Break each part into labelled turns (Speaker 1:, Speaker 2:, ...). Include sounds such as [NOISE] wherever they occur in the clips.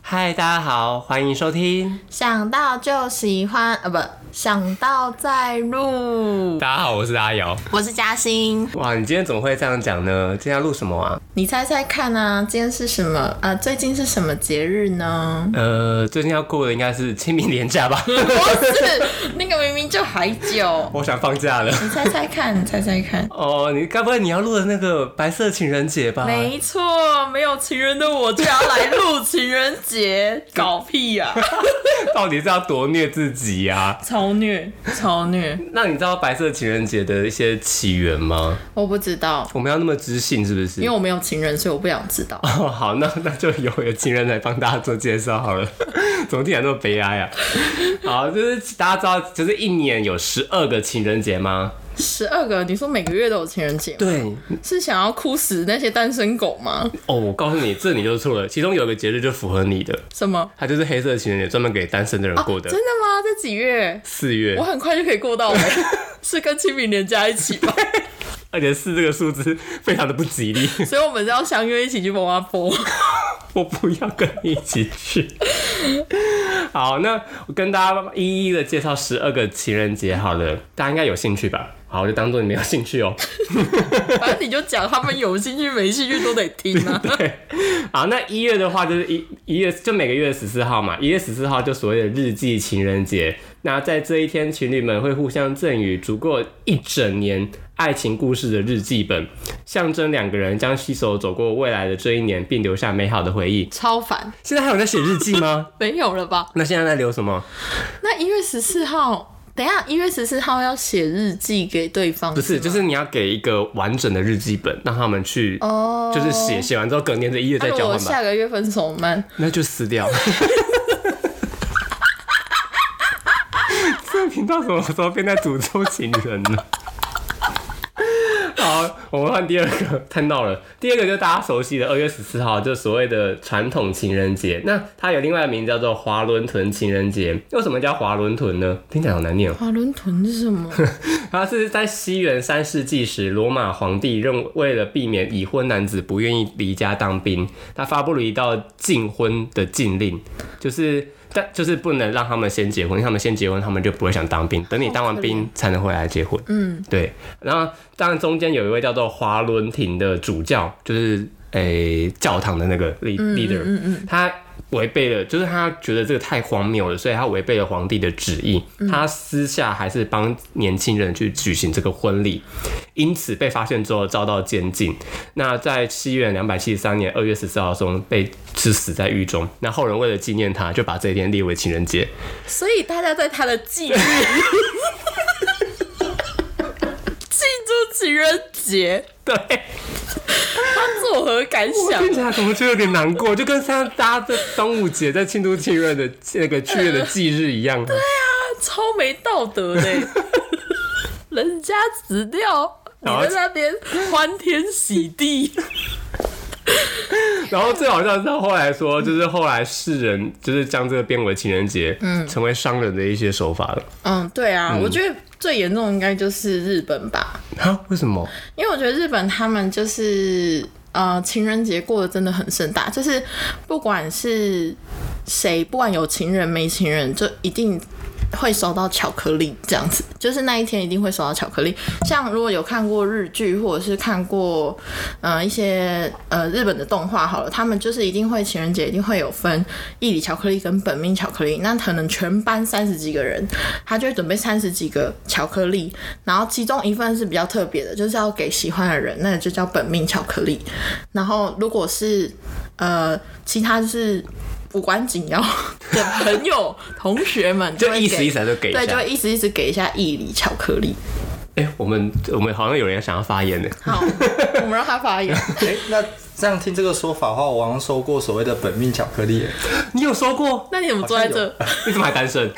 Speaker 1: 嗨，大家好，欢迎收听。
Speaker 2: 想到就喜欢，呃，不，想到再录。
Speaker 1: 大家好，我是阿瑶。
Speaker 2: 我是嘉欣，
Speaker 1: 哇，你今天怎么会这样讲呢？今天要录什么啊？？
Speaker 2: 你猜猜看啊，今天是什么？呃，最近是什么节日呢
Speaker 1: 呃，最近要过的应该是清明年 [LAUGHS] 假吧？
Speaker 2: 不是，那个明明就还久。
Speaker 1: 我想放假了。
Speaker 2: 你猜猜看，你猜猜看。
Speaker 1: 哦，你该不会你要录的那个白色情人节吧？
Speaker 2: 没错，没有情人的我就要来录情人节，搞屁啊呀、
Speaker 1: 到底是要多虐自己呀、
Speaker 2: 超虐，超虐！
Speaker 1: 那你知道白色情人节的一些起源吗？
Speaker 2: 我不知道，
Speaker 1: 我们要那么知性是不是？
Speaker 2: 因为我没有情人，所以我不想知道。
Speaker 1: 哦，好，那那就由有情人来帮大家做介绍好了。 [LAUGHS] 怎么听起来那么悲哀啊？好，就是大家知道，就是一年有十二个情人节吗？
Speaker 2: 十二个，你说每个月都有情人节吗，
Speaker 1: 对，
Speaker 2: 是想要哭死那些单身狗吗？
Speaker 1: 哦，我告诉你，这你就错了。其中有一个节日就符合你的，
Speaker 2: 什么？
Speaker 1: 它就是黑色情人节，专门给单身的人过的
Speaker 2: 哦真。的吗？这几月？
Speaker 1: 四月
Speaker 2: 我，很快就可以
Speaker 1: [LAUGHS]
Speaker 2: 过到了，是跟清明连假一起吧？
Speaker 1: 而且四这个数字非常的不吉利， [LAUGHS]
Speaker 2: 所以我们是要相约一起去蒙阿波。
Speaker 1: 我不要跟你一起去。 [LAUGHS] 好，那我跟大家一一的介绍十二个情人节好了，大家应该有兴趣吧？好，我就当做你没有兴趣哦。
Speaker 2: 反正你就讲他们有兴趣没兴趣都得听
Speaker 1: [LAUGHS]
Speaker 2: 啊。
Speaker 1: 好，那一月的话就是一一月就每个月十四号嘛，一月十四号就所谓的日记情人节。那在这一天，情侣们会互相赠予足够一整年爱情故事的日记本，象征两个人将携手走过未来的这一年，并留下美好的回忆。
Speaker 2: 超烦，
Speaker 1: [LAUGHS] 现在还有人在写日记吗？
Speaker 2: 没有了吧？
Speaker 1: [LAUGHS] 那现在在留什么？
Speaker 2: 那一月十四号，等一下一月十四号要写日记给对方，
Speaker 1: 不是，
Speaker 2: 吗
Speaker 1: 就是你要给一个完整的日记本，让他们去，
Speaker 2: 哦，
Speaker 1: 就是写。写完之后，隔年的一月再
Speaker 2: 那如
Speaker 1: 交
Speaker 2: 果
Speaker 1: 换吧。
Speaker 2: 下个月分手吗？
Speaker 1: 那就撕掉。 [LAUGHS] 这频道什么时候变在诅咒情人了？ [LAUGHS] 好，我们换第二个，看到了。第二个就是大家熟悉的二月十四号，就是所谓的传统情人节。那它有另外一个名字叫做华伦屯情人节。为什么叫华伦屯呢？听起来好难念哦。
Speaker 2: 华伦屯是
Speaker 1: [LAUGHS]
Speaker 2: 什么？
Speaker 1: 它是在西元三世纪时，罗马皇帝认为了避免已婚男子不愿意离家当兵，他发布了一道禁婚的禁令，就是但就是不能让他们先结婚，因为他们先结婚，他们就不会想当兵，等你当完兵才能回来结婚。
Speaker 2: 嗯，
Speaker 1: 对。然后当然中间有一位叫做华伦廷的主教，就是诶、教堂的那个 lead- leader，
Speaker 2: 嗯嗯，
Speaker 1: 他违背了，就是他觉得这个太荒谬了，所以他违背了皇帝的旨意，
Speaker 2: 嗯
Speaker 1: 他私下还是帮年轻人去举行这个婚礼，因此被发现之后遭到监禁。那在西元两百七十三年二月十四号中被致死在狱中。那后人为了纪念他，就把这一天列为情人节。 [LAUGHS]
Speaker 2: 所以大家在他的忌日 [LAUGHS] 庆祝情人节，
Speaker 1: 对，
Speaker 2: 他作何感想？
Speaker 1: 听起来怎么就有点难过，就跟现在大家在端午节在庆祝情人的那
Speaker 2: 啊
Speaker 1: 个剧院的忌日一样。啊
Speaker 2: 超没道德的 [LAUGHS] 欸，人家死掉，你
Speaker 1: 然后
Speaker 2: 在那边欢天喜地，
Speaker 1: 然后最好笑的是他后来说，就是后来世人就是将这个变为情人节，嗯，成为商人的一些手法了。
Speaker 2: 嗯，对啊，我觉得最严重应该就是日本吧，
Speaker 1: 啊？为什么？
Speaker 2: 因为我觉得日本他们就是呃情人节过得真的很盛大，就是不管是谁，不管有情人没情人，就一定。会收到巧克力这样子，就是那一天一定会收到巧克力。像如果有看过日剧或者是看过呃一些呃日本的动画好了，他们就是一定会情人节一定会有分义理巧克力跟本命巧克力，那可能全班三十几个人，他就会准备三十几个巧克力，然后其中一份是比较特别的，就是要给喜欢的人，那就叫本命巧克力。然后如果是呃其他就是。无关紧要 [LAUGHS] 的朋友、同学
Speaker 1: [LAUGHS]
Speaker 2: 们
Speaker 1: 就
Speaker 2: 会
Speaker 1: 意思
Speaker 2: 给
Speaker 1: 意思还是给一下
Speaker 2: 对，就会意思意思给一下义理巧克力。
Speaker 1: 哎、我们我们好像有人想要发言呢。 [LAUGHS]
Speaker 2: 好，我们让他发言。
Speaker 3: 哎、那这样听这个说法的话，我好像收过所谓的本命巧克力，
Speaker 1: 你有收过？
Speaker 2: 那你怎么坐在这？ [LAUGHS]
Speaker 1: 你怎么还单身？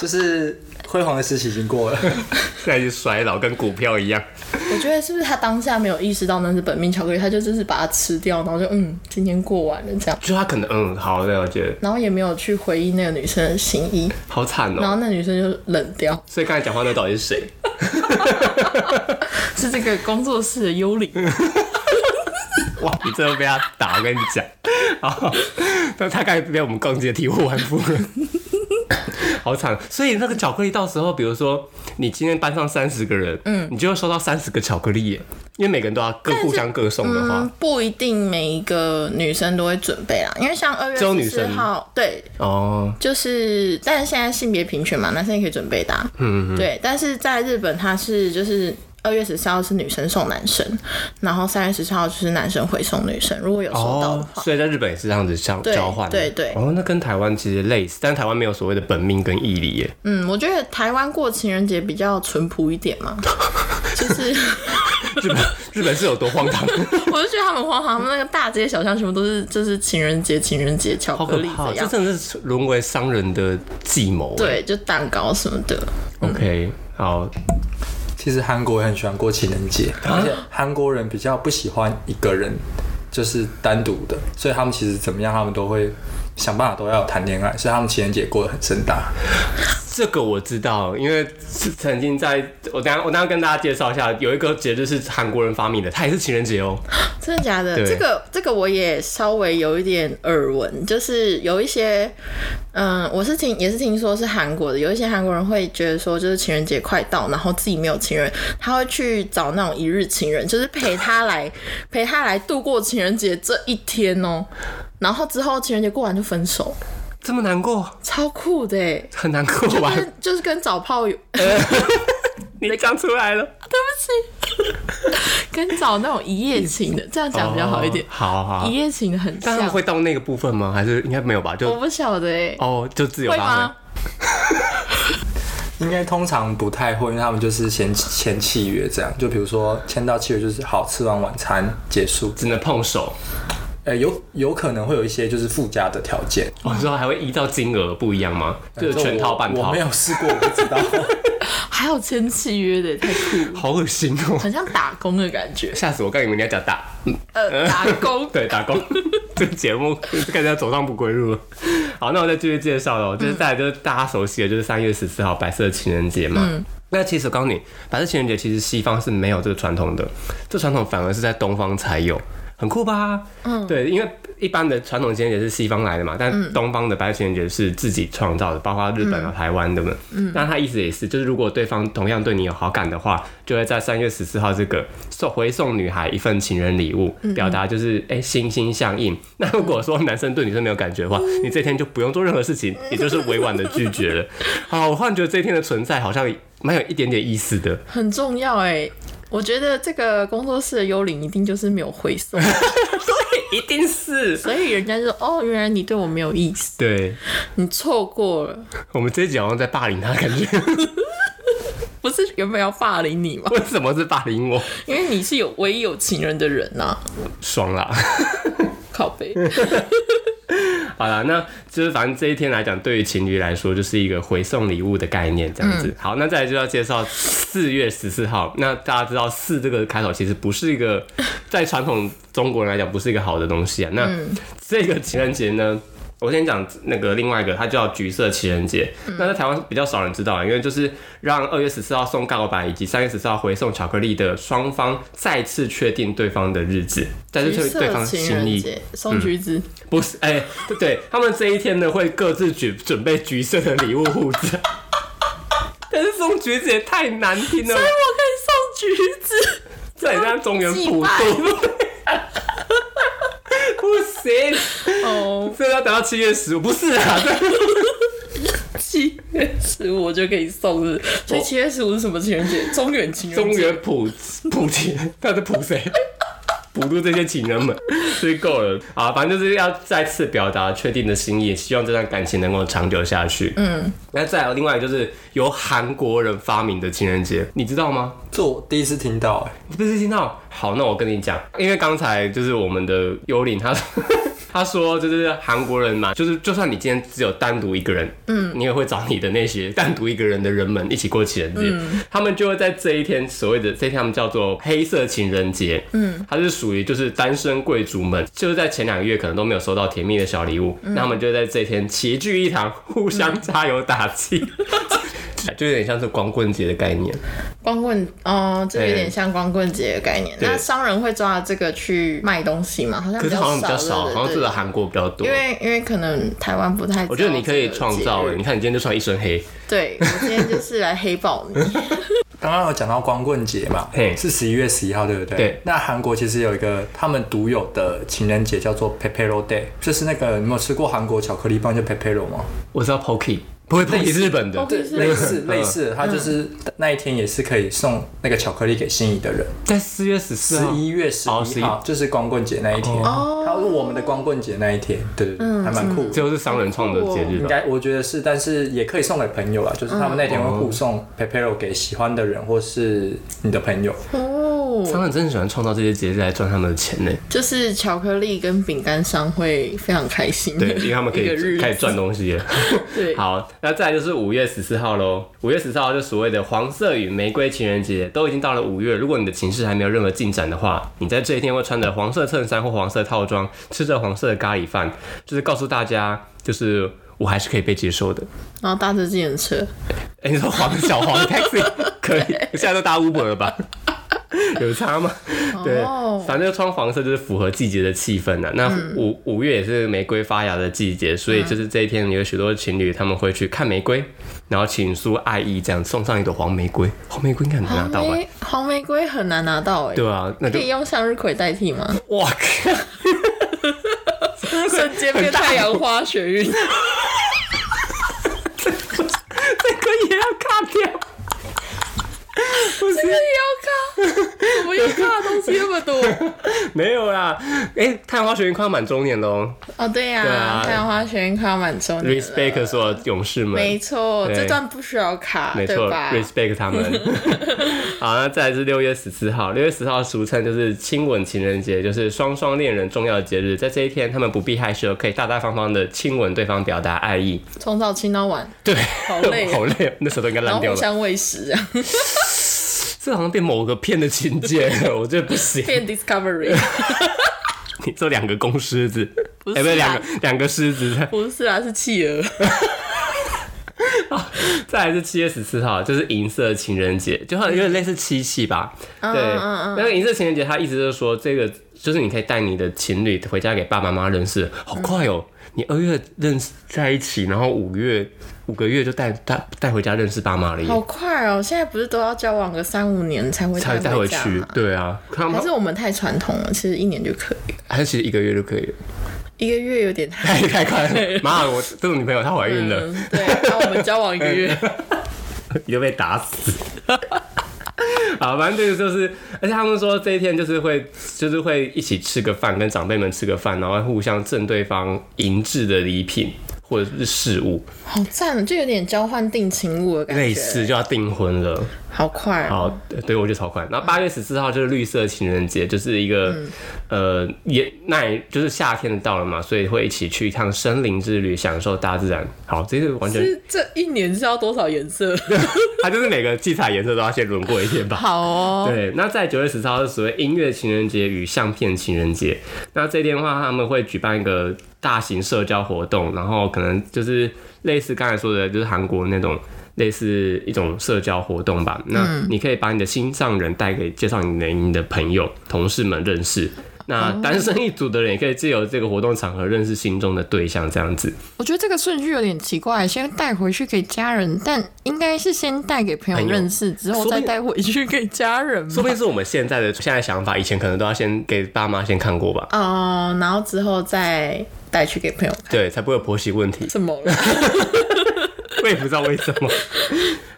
Speaker 3: 就是辉煌的时期已经过了。 [LAUGHS]
Speaker 1: 现在就衰老，跟股票一样。
Speaker 2: 我觉得是不是他当下没有意识到那是本命巧克力，他就只是把它吃掉，然后就嗯，今天过完了这样，
Speaker 1: 就他可能嗯，好了解，
Speaker 2: 然后也没有去回应那个女生的心意，
Speaker 1: 好惨
Speaker 2: 然
Speaker 1: 哦、
Speaker 2: 后那女生就冷掉，
Speaker 1: 所以刚才讲话那到底是谁？
Speaker 2: 是这个工作室的幽灵。
Speaker 1: [LAUGHS] 哇，你真的被他打！我跟你讲， [LAUGHS] 好，那大概被我们逛街体无完肤了。 [LAUGHS] 好惨，所以那个巧克力到时候，比如说你今天班上三十个人，嗯，你就会收到三十个巧克力耶，因为每个人都要各互相各送的话，
Speaker 2: 嗯，不一定每一个女生都会准备啦，因为像二月
Speaker 1: 只有
Speaker 2: 十
Speaker 1: 女
Speaker 2: 四
Speaker 1: 生
Speaker 2: 号，对，
Speaker 1: 哦，
Speaker 2: 就是，但是现在性别平权嘛，男生也可以准备的、啊。嗯嗯。对，但是在日本，它是就是二月十四号是女生送男生，然后三月十四号就是男生会送女生，如果有收到的
Speaker 1: 哦，
Speaker 2: 话。
Speaker 1: 所以在日本也是这样子交
Speaker 2: 对
Speaker 1: 交换的，
Speaker 2: 对对
Speaker 1: 哦，那跟台湾其实类似，但台湾没有所谓的本命跟义理耶，
Speaker 2: 嗯，我觉得台湾过情人节比较淳朴一
Speaker 1: [LAUGHS]
Speaker 2: 点嘛，就是
Speaker 1: 日本日本是有多荒唐，
Speaker 2: [LAUGHS] 我就觉得他们荒唐，他们那个大街小巷全部都是就是情人节、情人节巧
Speaker 1: 好
Speaker 2: 克
Speaker 1: 可
Speaker 2: 力
Speaker 1: 怕，
Speaker 2: 这
Speaker 1: 这
Speaker 2: 样，
Speaker 1: 真的是沦为商人的计谋。
Speaker 2: 对，就蛋糕什么的。
Speaker 1: ，OK，好，
Speaker 3: 其实韩国也很喜欢过情人节，而且韩国人比较不喜欢一个人，就是单独的，所以他们其实怎么样，他们都会想办法都要谈恋爱，所以他们情人节过得很盛大。
Speaker 1: 这个我知道，因为是曾经在我等一下我等一下跟大家介绍一下，有一个节日是韩国人发明的，它也是情人节哦。
Speaker 2: 真的假的？
Speaker 1: 对
Speaker 2: 这个这个我也稍微有一点耳闻，就是有一些，嗯，我是听也是听说是韩国的，有一些韩国人会觉得说，就是情人节快到，然后自己没有情人，他会去找那种一日情人，就是陪他来 [LAUGHS] 陪他来度过情人节这一天哦、然后之后情人节过完就分手，
Speaker 1: 这么难过，
Speaker 2: 超酷的欸、
Speaker 1: 很难过吧？
Speaker 2: 就是就是跟找炮友，
Speaker 1: [LAUGHS] 你讲出来了，
Speaker 2: [LAUGHS] 跟找那种一夜情的，这样讲比较好一点
Speaker 1: 哦。好好好
Speaker 2: 一，夜情的很
Speaker 1: 但他们
Speaker 2: 像，
Speaker 1: 会到那个部分吗？还是应该没有吧？
Speaker 2: 我
Speaker 1: 就
Speaker 2: 不晓得哎、
Speaker 1: 哦，就自由
Speaker 2: 会
Speaker 1: 发
Speaker 2: 吗
Speaker 1: 挥。？
Speaker 3: 应该通常不太会，因为他们就是签签契约这样，就比如说签到契约就是好吃完晚餐结束，
Speaker 1: 只能碰手，
Speaker 3: 呃，有有可能会有一些就是附加的条件，
Speaker 1: 我说哦还会依照金额不一样吗？就是
Speaker 3: 哎这我
Speaker 1: 全套半
Speaker 3: 我
Speaker 1: 套
Speaker 3: 没，有试过，我不知道。
Speaker 2: 还有签契约的，太酷了，
Speaker 1: 好恶心哦！
Speaker 2: 很像打工的感觉。
Speaker 1: [LAUGHS] 吓死我！刚以为你要讲打，
Speaker 2: 呃，打工
Speaker 1: [LAUGHS] 对，打工这个节目感觉要走上不归路了。好，那我再继续介绍喽，就是再来就是大家熟悉的，就是三月十四号白色情人节嘛。那其实我告诉你，白色情人节其实西方是没有这个传统的，这传统反而是在东方才有，很酷吧？嗯，对，因为一般的传统情人节是西方来的嘛，但东方的白色情人节是自己创造的，包括日本啊、台湾的嘛。嗯，那他意思也是，就是如果对方同样对你有好感的话，就会在三月十四号这个送回送女孩一份情人礼物，表达就是哎、心心相印。那如果说男生对女生没有感觉的话，你这天就不用做任何事情，也就是委婉的拒绝了。好，我忽然觉得这一天的存在好像蛮有一点点意思的。
Speaker 2: 很重要哎、我觉得这个工作室的幽灵一定就是没有回送，
Speaker 1: 对，一定是。
Speaker 2: 所以人家就说哦，原来你对我没有意思，
Speaker 1: 对
Speaker 2: 你错过了，
Speaker 1: 我们这一集好像在霸凌他，感觉 [LAUGHS]
Speaker 2: 不是原本要霸凌你吗？
Speaker 1: 为什么是霸凌我？
Speaker 2: [LAUGHS] 因为你是有唯一有情人的人呐、啊
Speaker 1: 爽啦！
Speaker 2: 靠背，
Speaker 1: [LAUGHS] 好啦，那就是反正这一天来讲，对于情侣来说，就是一个回送礼物的概念这
Speaker 2: 嗯
Speaker 1: 样子。好，那再来就要介绍四月十四号。那大家知道四这个开头其实不是一
Speaker 2: [LAUGHS]
Speaker 1: 个在传统中国人来讲不是一个好的东西啊。那
Speaker 2: 嗯
Speaker 1: 这个情人节呢？我先讲那个另外一个，它叫橘色情人节。
Speaker 2: 嗯
Speaker 1: 那在台湾比较少人知道啊，因为就是让二月十四号送告白以及三月十四号回送巧克力的双方再次确定对方的日子，再次确
Speaker 2: 橘
Speaker 1: 定对
Speaker 2: 色
Speaker 1: 方
Speaker 2: 情
Speaker 1: 心
Speaker 2: 人
Speaker 1: 意。嗯
Speaker 2: 节送橘 [LAUGHS] 子，
Speaker 1: 不是，哎、对对，他们这一天呢会各自举准备橘色的礼物互赠， [LAUGHS] 但是送橘子也太难听了
Speaker 2: 所以，我可以送橘子，
Speaker 1: 这很像中原普
Speaker 2: 祭拜
Speaker 1: 渡， [LAUGHS] 不行，
Speaker 2: [LAUGHS] 哦，
Speaker 1: 这要等到七月十五，不是啊，这
Speaker 2: 七月十五我就可以送日，所以七月十五是什么情人节？中原情人
Speaker 1: 中
Speaker 2: 节，
Speaker 1: 原普普天，他是普谁？ [LAUGHS] 普渡这些情人们，所以够了啊！反正就是要再次表达确定的心意，希望这段感情能够长久下去。嗯，那再有另外就是由韩国人发明的情人节，你知道吗？
Speaker 3: [LAUGHS] 这我第一次听到、哎，
Speaker 1: 你不是听到？好，那我跟你讲，因为刚才就是我们的幽灵他。 [LAUGHS] 他说：“就是韩国人嘛，就是就算你今天只有单独一个人，嗯，你也会找你的那些单独一个人的人们一起过情人节。他们就会在这一天，所谓的这一天他们叫做黑色情人节。嗯，它是属于就是单身贵族们，就是在前两个月可能都没有收到甜蜜的嗯 [LAUGHS] 小礼物，那他们就在这一天齐聚一堂，互相加油打气。就有点像是光棍节的概念。
Speaker 2: 光棍，哦、这有点像光棍节的概念。
Speaker 1: 对
Speaker 2: 那商人会抓这个去卖东西吗？好像
Speaker 1: 可是好像比较少，
Speaker 2: 对不对
Speaker 1: 好像这个韩国比较多
Speaker 2: 因。为因为可能台湾不太知道这个节
Speaker 1: 我
Speaker 2: 日，
Speaker 1: 觉得你可以创造哎，你看你今天就穿一身黑，
Speaker 2: 对我今天就是来黑爆
Speaker 1: [LAUGHS]
Speaker 2: 你，
Speaker 3: 刚刚有讲到光棍节嘛
Speaker 1: 嘿，
Speaker 3: 是十一月十一号，对不对？
Speaker 1: 对
Speaker 3: 那韩国其实有一个他们独有的情人节，叫做 p e p e r o Day，就是那个你有没有吃过韩国巧克力棒叫 p e p e r o 吗？
Speaker 1: 我知道 Pocky，不会 Pocky 是日本的，
Speaker 2: Pocky 是
Speaker 3: 类似类似，它就是那一天也是可以送那个巧克力给心仪的人。
Speaker 1: 在四月十四
Speaker 3: 十
Speaker 1: 号，
Speaker 3: 一月嗯十
Speaker 1: 哦
Speaker 3: 一号
Speaker 1: 11
Speaker 3: 就是光棍节那一天，
Speaker 2: 哦
Speaker 3: 它是我们的光棍节那一天，对对对，还蛮酷的。
Speaker 1: 就是商人创的节日
Speaker 3: 应
Speaker 1: 吧？
Speaker 3: 该我觉得是，但是也可以送给朋友啦，就是他们那天会互送 p e p e r o 给喜欢的人或是你的朋友。
Speaker 2: 哦，
Speaker 1: 商人真的喜欢创造这些节日来赚他们的钱
Speaker 2: [LAUGHS]
Speaker 1: 呢。
Speaker 2: 就是巧克力跟饼干商会非常开心，
Speaker 1: 对，因为他们可
Speaker 2: 一个日
Speaker 1: 以
Speaker 2: 子
Speaker 1: 开始赚东西了。
Speaker 2: [LAUGHS] 对，
Speaker 1: 好，那再来就是五月十四号喽。五月十四号就所谓的黄色与玫瑰情人节，都已经到了五月。如果你的情势还没有任何进展的话，你在这一天会穿着黄色衬衫或黄色套装，吃着黄色的咖喱饭，就是告诉大家，就是我还是可以被接受的。
Speaker 2: 然后搭着自行车，
Speaker 1: 哎、你说黄小黄
Speaker 2: [LAUGHS]
Speaker 1: taxi 可以，现在都搭 Uber 了吧？有差吗？对
Speaker 2: 哦，
Speaker 1: 反正穿黄色就是符合季节的气氛的、那
Speaker 2: 嗯
Speaker 1: 五五月也是玫瑰发芽的季节，所以就是这一天有许多情侣他们会去看玫瑰，然后情书爱意这样送上一朵黄玫瑰，黄玫瑰应该很难拿
Speaker 2: 黄
Speaker 1: 到吧？
Speaker 2: 玫黄玫瑰很难拿到哎、
Speaker 1: 对啊，那
Speaker 2: 可
Speaker 1: 就
Speaker 2: 以用向日葵代替吗？
Speaker 1: 哇 [LAUGHS] 靠！
Speaker 2: [LAUGHS] 瞬间变太阳花
Speaker 1: [LAUGHS]
Speaker 2: 学运，
Speaker 1: 玫瑰也要卡掉，
Speaker 2: 这个也要看，怎么要看的东西那么多？
Speaker 1: 没有啦。哎、太阳花学院快要满周年喽
Speaker 2: 哦，对呀、
Speaker 1: 对啊
Speaker 2: 太阳花学运快要满周年了。
Speaker 1: ，respect 所有勇士们，
Speaker 2: 呃没错，
Speaker 1: 对
Speaker 2: 这段不需要卡，
Speaker 1: 没
Speaker 2: 对
Speaker 1: 错
Speaker 2: 吧？
Speaker 1: ，respect 他们。
Speaker 2: [LAUGHS]
Speaker 1: 好，那再来是六月十四号，六月十四号俗称就是亲吻情人节，就是双双恋人重要的节日。在这一天，他们不必害羞，可以大大方方的亲吻对方，表达爱意。
Speaker 2: 从早亲到晚，
Speaker 1: 对，
Speaker 2: 好累哦
Speaker 1: [LAUGHS] 好累哦，那舌头应该
Speaker 2: 然
Speaker 1: 烂
Speaker 2: 后
Speaker 1: 掉
Speaker 2: 互
Speaker 1: 了。
Speaker 2: 相喂食，这样
Speaker 1: 这好像变某个片的情节， [LAUGHS] 我觉得不行。[LAUGHS]
Speaker 2: 变 Discovery
Speaker 1: 你做两个公狮子，
Speaker 2: 不是啊
Speaker 1: 哎，不是两
Speaker 2: 啦
Speaker 1: 个，两个狮子。
Speaker 2: 不是啊啦，是企鹅。
Speaker 1: 再来是七月十四号，就是银色情人节，就很有点类似七夕吧。
Speaker 2: 嗯
Speaker 1: 对，那个银色情人节，它意思就是说，这个就是你可以带你的情侣回家给爸爸妈妈认识，好快哦！你二月认识在一起，然后五月五个月就带带带回家认识爸妈了耶，
Speaker 2: 好快哦！现在不是都要交往个三五年才会
Speaker 1: 才会带回
Speaker 2: 家
Speaker 1: 去
Speaker 2: 吗。
Speaker 1: 对啊，他
Speaker 2: 还
Speaker 1: 们
Speaker 2: 是我们太传统了，其实一年就可以了，
Speaker 1: 还是其实一个月就可以了， [LAUGHS]
Speaker 2: 一个月有点太。
Speaker 1: 太太快
Speaker 2: [LAUGHS]
Speaker 1: 了。妈，我这种女朋友她怀孕了。
Speaker 2: 嗯，对，那我们交往一个
Speaker 1: [LAUGHS]
Speaker 2: 月，
Speaker 1: 你就被打死。 [LAUGHS] 好，反正这个就是，而且他们说这一天就是会，就是会一起吃个饭，跟长辈们吃个饭，然后互相赠对方银质的礼品或者是事物，
Speaker 2: 好赞哦，就有点交换定情物的感觉，
Speaker 1: 类似就要订婚了。
Speaker 2: 好快哦！
Speaker 1: 好，对对我觉得超快。然后八月十四号就是绿色情人节，就是一个、
Speaker 2: 嗯
Speaker 1: 呃也那也就是夏天到了嘛，所以会一起去一趟森林之旅，享受大自然。好，这是完全，
Speaker 2: 这这一年是要多少颜色？
Speaker 1: 它就是每个器材颜色都要先轮过一遍吧。
Speaker 2: 好哦，
Speaker 1: 对，那在九月十四号是所谓音乐情人节与相片情人节。那这天的话，他们会举办一个大型社交活动，然后可能就是类似刚才说的，就是韩国那种类似一种社交活动吧。那你可以把你的心上人带给介绍你的你的朋友、同事们认识。那单身一族的人也可以借由这个活动场合认识心中的对象，这样子。
Speaker 2: 我觉得这个顺序有点奇怪，先带回去给家人，但应该是先带给朋友
Speaker 1: 朋友
Speaker 2: 认识，之后
Speaker 1: 哎说不
Speaker 2: 再
Speaker 1: 定
Speaker 2: 带回去给家人嘛
Speaker 1: 说不定是我们现在的现在想法，以前可能都要先给爸妈先看过吧，
Speaker 2: 哦，然后之后再带去给朋友看。
Speaker 1: 对，才不会有婆媳问题。
Speaker 2: 怎么了？
Speaker 1: 我也不知道为什么。 [LAUGHS]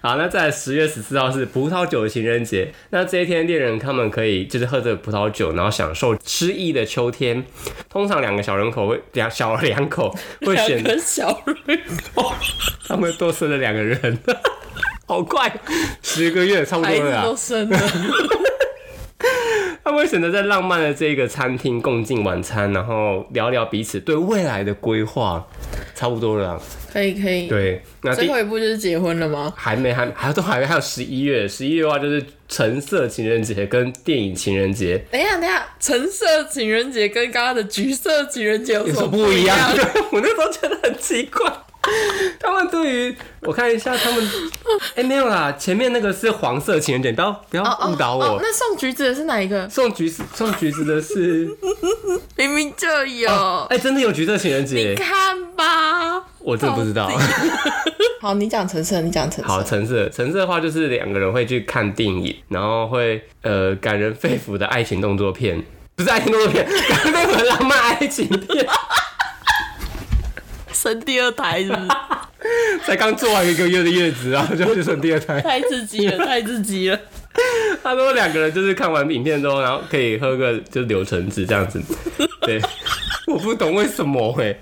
Speaker 1: 好，那在十月十四号是葡萄酒情人节，那这一天恋人他们可以就是喝着葡萄酒，然后享受诗意的秋天。通常两个小人口会两小两
Speaker 2: [LAUGHS]
Speaker 1: 口 [LAUGHS] 会选
Speaker 2: 两个小人，
Speaker 1: 他们多生了两个人， [LAUGHS] 好快，十个月差不多
Speaker 2: 孩
Speaker 1: 了
Speaker 2: 子
Speaker 1: 啦
Speaker 2: 都生了，
Speaker 1: 啊他们会选择在浪漫的这个餐厅共进晚餐，然后聊聊彼此对未来的规划，差不多了啦。
Speaker 2: [LAUGHS] 可以可以。
Speaker 1: 对，那第
Speaker 2: 最后一步就是结婚了吗？
Speaker 1: 还没，还还都还没，还有十一月，十一月的话就是橙色情人节跟电影情人节
Speaker 2: 等一下，等一下，橙色情人节跟刚刚的橘色情人节有
Speaker 1: 有
Speaker 2: 什
Speaker 1: 什
Speaker 2: 么
Speaker 1: 么
Speaker 2: 不
Speaker 1: 不 [LAUGHS]
Speaker 2: 一
Speaker 1: 一样
Speaker 2: 样？？
Speaker 1: 我那时候觉得很奇怪，他们对于我看一下，他们哎、没有啦，前面那个是黄色情人节，你不要不要
Speaker 2: 哦哦
Speaker 1: 误导我。
Speaker 2: 哦，那送橘子的是哪一个？
Speaker 1: 送橘子送橘子的是
Speaker 2: [LAUGHS] 明明就有，
Speaker 1: [LAUGHS] 哎、真的有橘色情人节，
Speaker 2: 哦看吧。
Speaker 1: 我真的不知道。
Speaker 2: [LAUGHS] 好，你讲橙色，你讲橙色。
Speaker 1: 好，橙色，橙色的话就是两个人会去看电影，然后会呃感人肺腑的爱情动作片，不是爱情动作片， [LAUGHS] 感人肺腑的浪漫爱情片。
Speaker 2: 生第二胎是不是？
Speaker 1: 才刚做完一个月的月子，然后就就生第二胎。
Speaker 2: [LAUGHS] 太刺激了， [LAUGHS] 太刺激了。
Speaker 1: [LAUGHS] 他说两个人就是看完影片之后，然后可以喝个就是柳橙汁这样 [LAUGHS] 子。对，我不懂为什么 [LAUGHS] 哎、欸，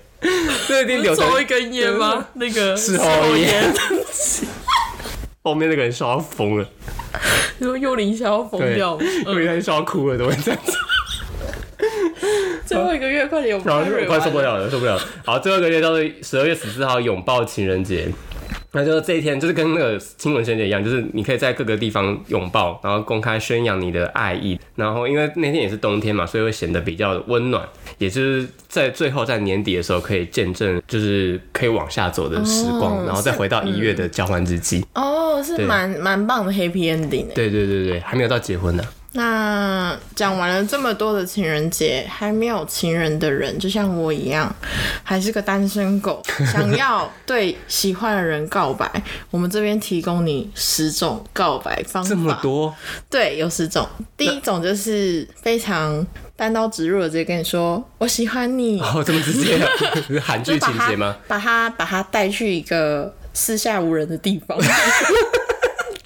Speaker 1: 那一定柳橙
Speaker 2: 抽一根烟吗？那个
Speaker 1: 是
Speaker 2: 抽
Speaker 1: 抽烟
Speaker 2: [LAUGHS] 烟，
Speaker 1: 后面那个人笑到疯了，
Speaker 2: 你说幽灵想要疯
Speaker 1: 对，
Speaker 2: 掉吗，嗯
Speaker 1: 因为他笑到哭了，怎么会这样子？
Speaker 2: 最后一个月快点，我
Speaker 1: 然后
Speaker 2: 们
Speaker 1: 啊我快受不
Speaker 2: 了。
Speaker 1: 了了，受不了了。好，最后一个月叫做十二月十四号拥抱情人节。那就是这一天，就是跟那个亲吻情人节一样，就是你可以在各个地方拥抱，然后公开宣扬你的爱意。然后因为那天也是冬天嘛，所以会显得比较温暖，也就是在最后在年底的时候可以见证，就是可以往下走的时光，
Speaker 2: 哦
Speaker 1: 然后再回到一月的交换日记。
Speaker 2: 哦，是
Speaker 1: 对
Speaker 2: 蛮蛮棒的 happy ending 欸
Speaker 1: 对对对对，还没有到结婚呢、
Speaker 2: 那讲完了这么多的情人节，还没有情人的人，就像我一样，还是个单身
Speaker 1: [LAUGHS]
Speaker 2: 狗，想要对喜欢的人告白，我们这边提供你十种告白方法。
Speaker 1: 这么多，
Speaker 2: 对，有十种。第一种就是非常单刀直入的直接跟你说“我喜欢你
Speaker 1: 哦，这么直接、 [LAUGHS] 啊，是韩”，
Speaker 2: 就
Speaker 1: 剧
Speaker 2: 是把
Speaker 1: 情
Speaker 2: 他
Speaker 1: 节吗？
Speaker 2: 把他把他带去一个四下无人的地
Speaker 1: [LAUGHS]
Speaker 2: 方，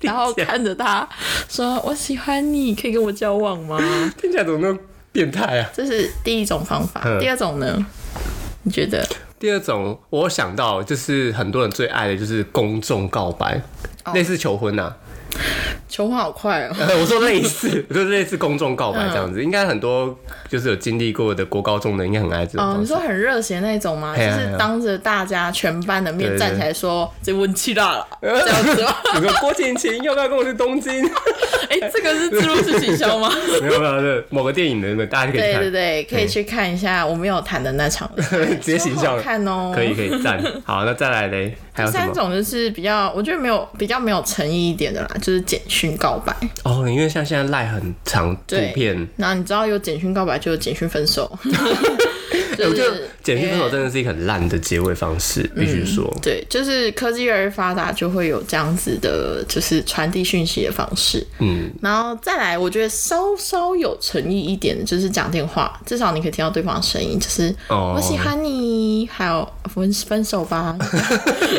Speaker 2: 然后看着他说“我喜欢你，可以跟我交往吗
Speaker 1: 听起来怎么那么变态啊？”？
Speaker 2: 这是第一种方法
Speaker 1: 嗯。
Speaker 2: 第二种呢？你觉得？
Speaker 1: 第二种，我想到就是很多人最爱的就是公众告白，
Speaker 2: 哦
Speaker 1: 类似求婚呐、啊。
Speaker 2: 求婚好快
Speaker 1: [LAUGHS]
Speaker 2: 哦！
Speaker 1: 我说类
Speaker 2: [LAUGHS]
Speaker 1: 似，我说类似公众告白这
Speaker 2: 嗯
Speaker 1: 样子，应该很多就是有经历过的国高中的，应该很爱这种
Speaker 2: 哦，
Speaker 1: 方
Speaker 2: 你
Speaker 1: 式。
Speaker 2: 说很热血那种吗？就
Speaker 1: 嘿啊
Speaker 2: 是当着大家全班的面
Speaker 1: 对对
Speaker 2: 站起来说“这温气大了”，
Speaker 1: [LAUGHS]
Speaker 2: 这样子吗？
Speaker 1: 你说郭敬明要不要跟我去东
Speaker 2: [LAUGHS]
Speaker 1: 京？
Speaker 2: 哎，这个是自入式行销吗？
Speaker 1: 没有没有，是某个电影的那个，大家可以
Speaker 2: 对
Speaker 1: 看，嗯
Speaker 2: 对对，可以去看一下我没有谈的那场，
Speaker 1: [LAUGHS] 直接形
Speaker 2: 超
Speaker 1: 象
Speaker 2: 好看哦。
Speaker 1: 可以可以赞。好，那再来嘞，还
Speaker 2: 第
Speaker 1: 有什
Speaker 2: 三
Speaker 1: 么？
Speaker 2: 种就是比较，我觉得没有比较没有诚意一点的啦，就是简讯告白。
Speaker 1: 哦，因为像现在赖很长图
Speaker 2: 对，
Speaker 1: 片。
Speaker 2: 然后你知道有简讯告白，就有简讯分
Speaker 1: [LAUGHS]
Speaker 2: 手。
Speaker 1: 哎我
Speaker 2: 就
Speaker 1: 觉得
Speaker 2: 是
Speaker 1: 简讯分手
Speaker 2: 因为
Speaker 1: 真的是一个很烂的结尾方式，必
Speaker 2: 嗯
Speaker 1: 须说。
Speaker 2: 对，就是科技越来越发达，就会有这样子的，就是传递讯息的方式。
Speaker 1: 嗯，
Speaker 2: 然后再来，我觉得稍稍有诚意一点，就是讲电话，至少你可以听到对方的声音，就是、
Speaker 1: 哦
Speaker 2: 我喜欢你，还有分分手吧。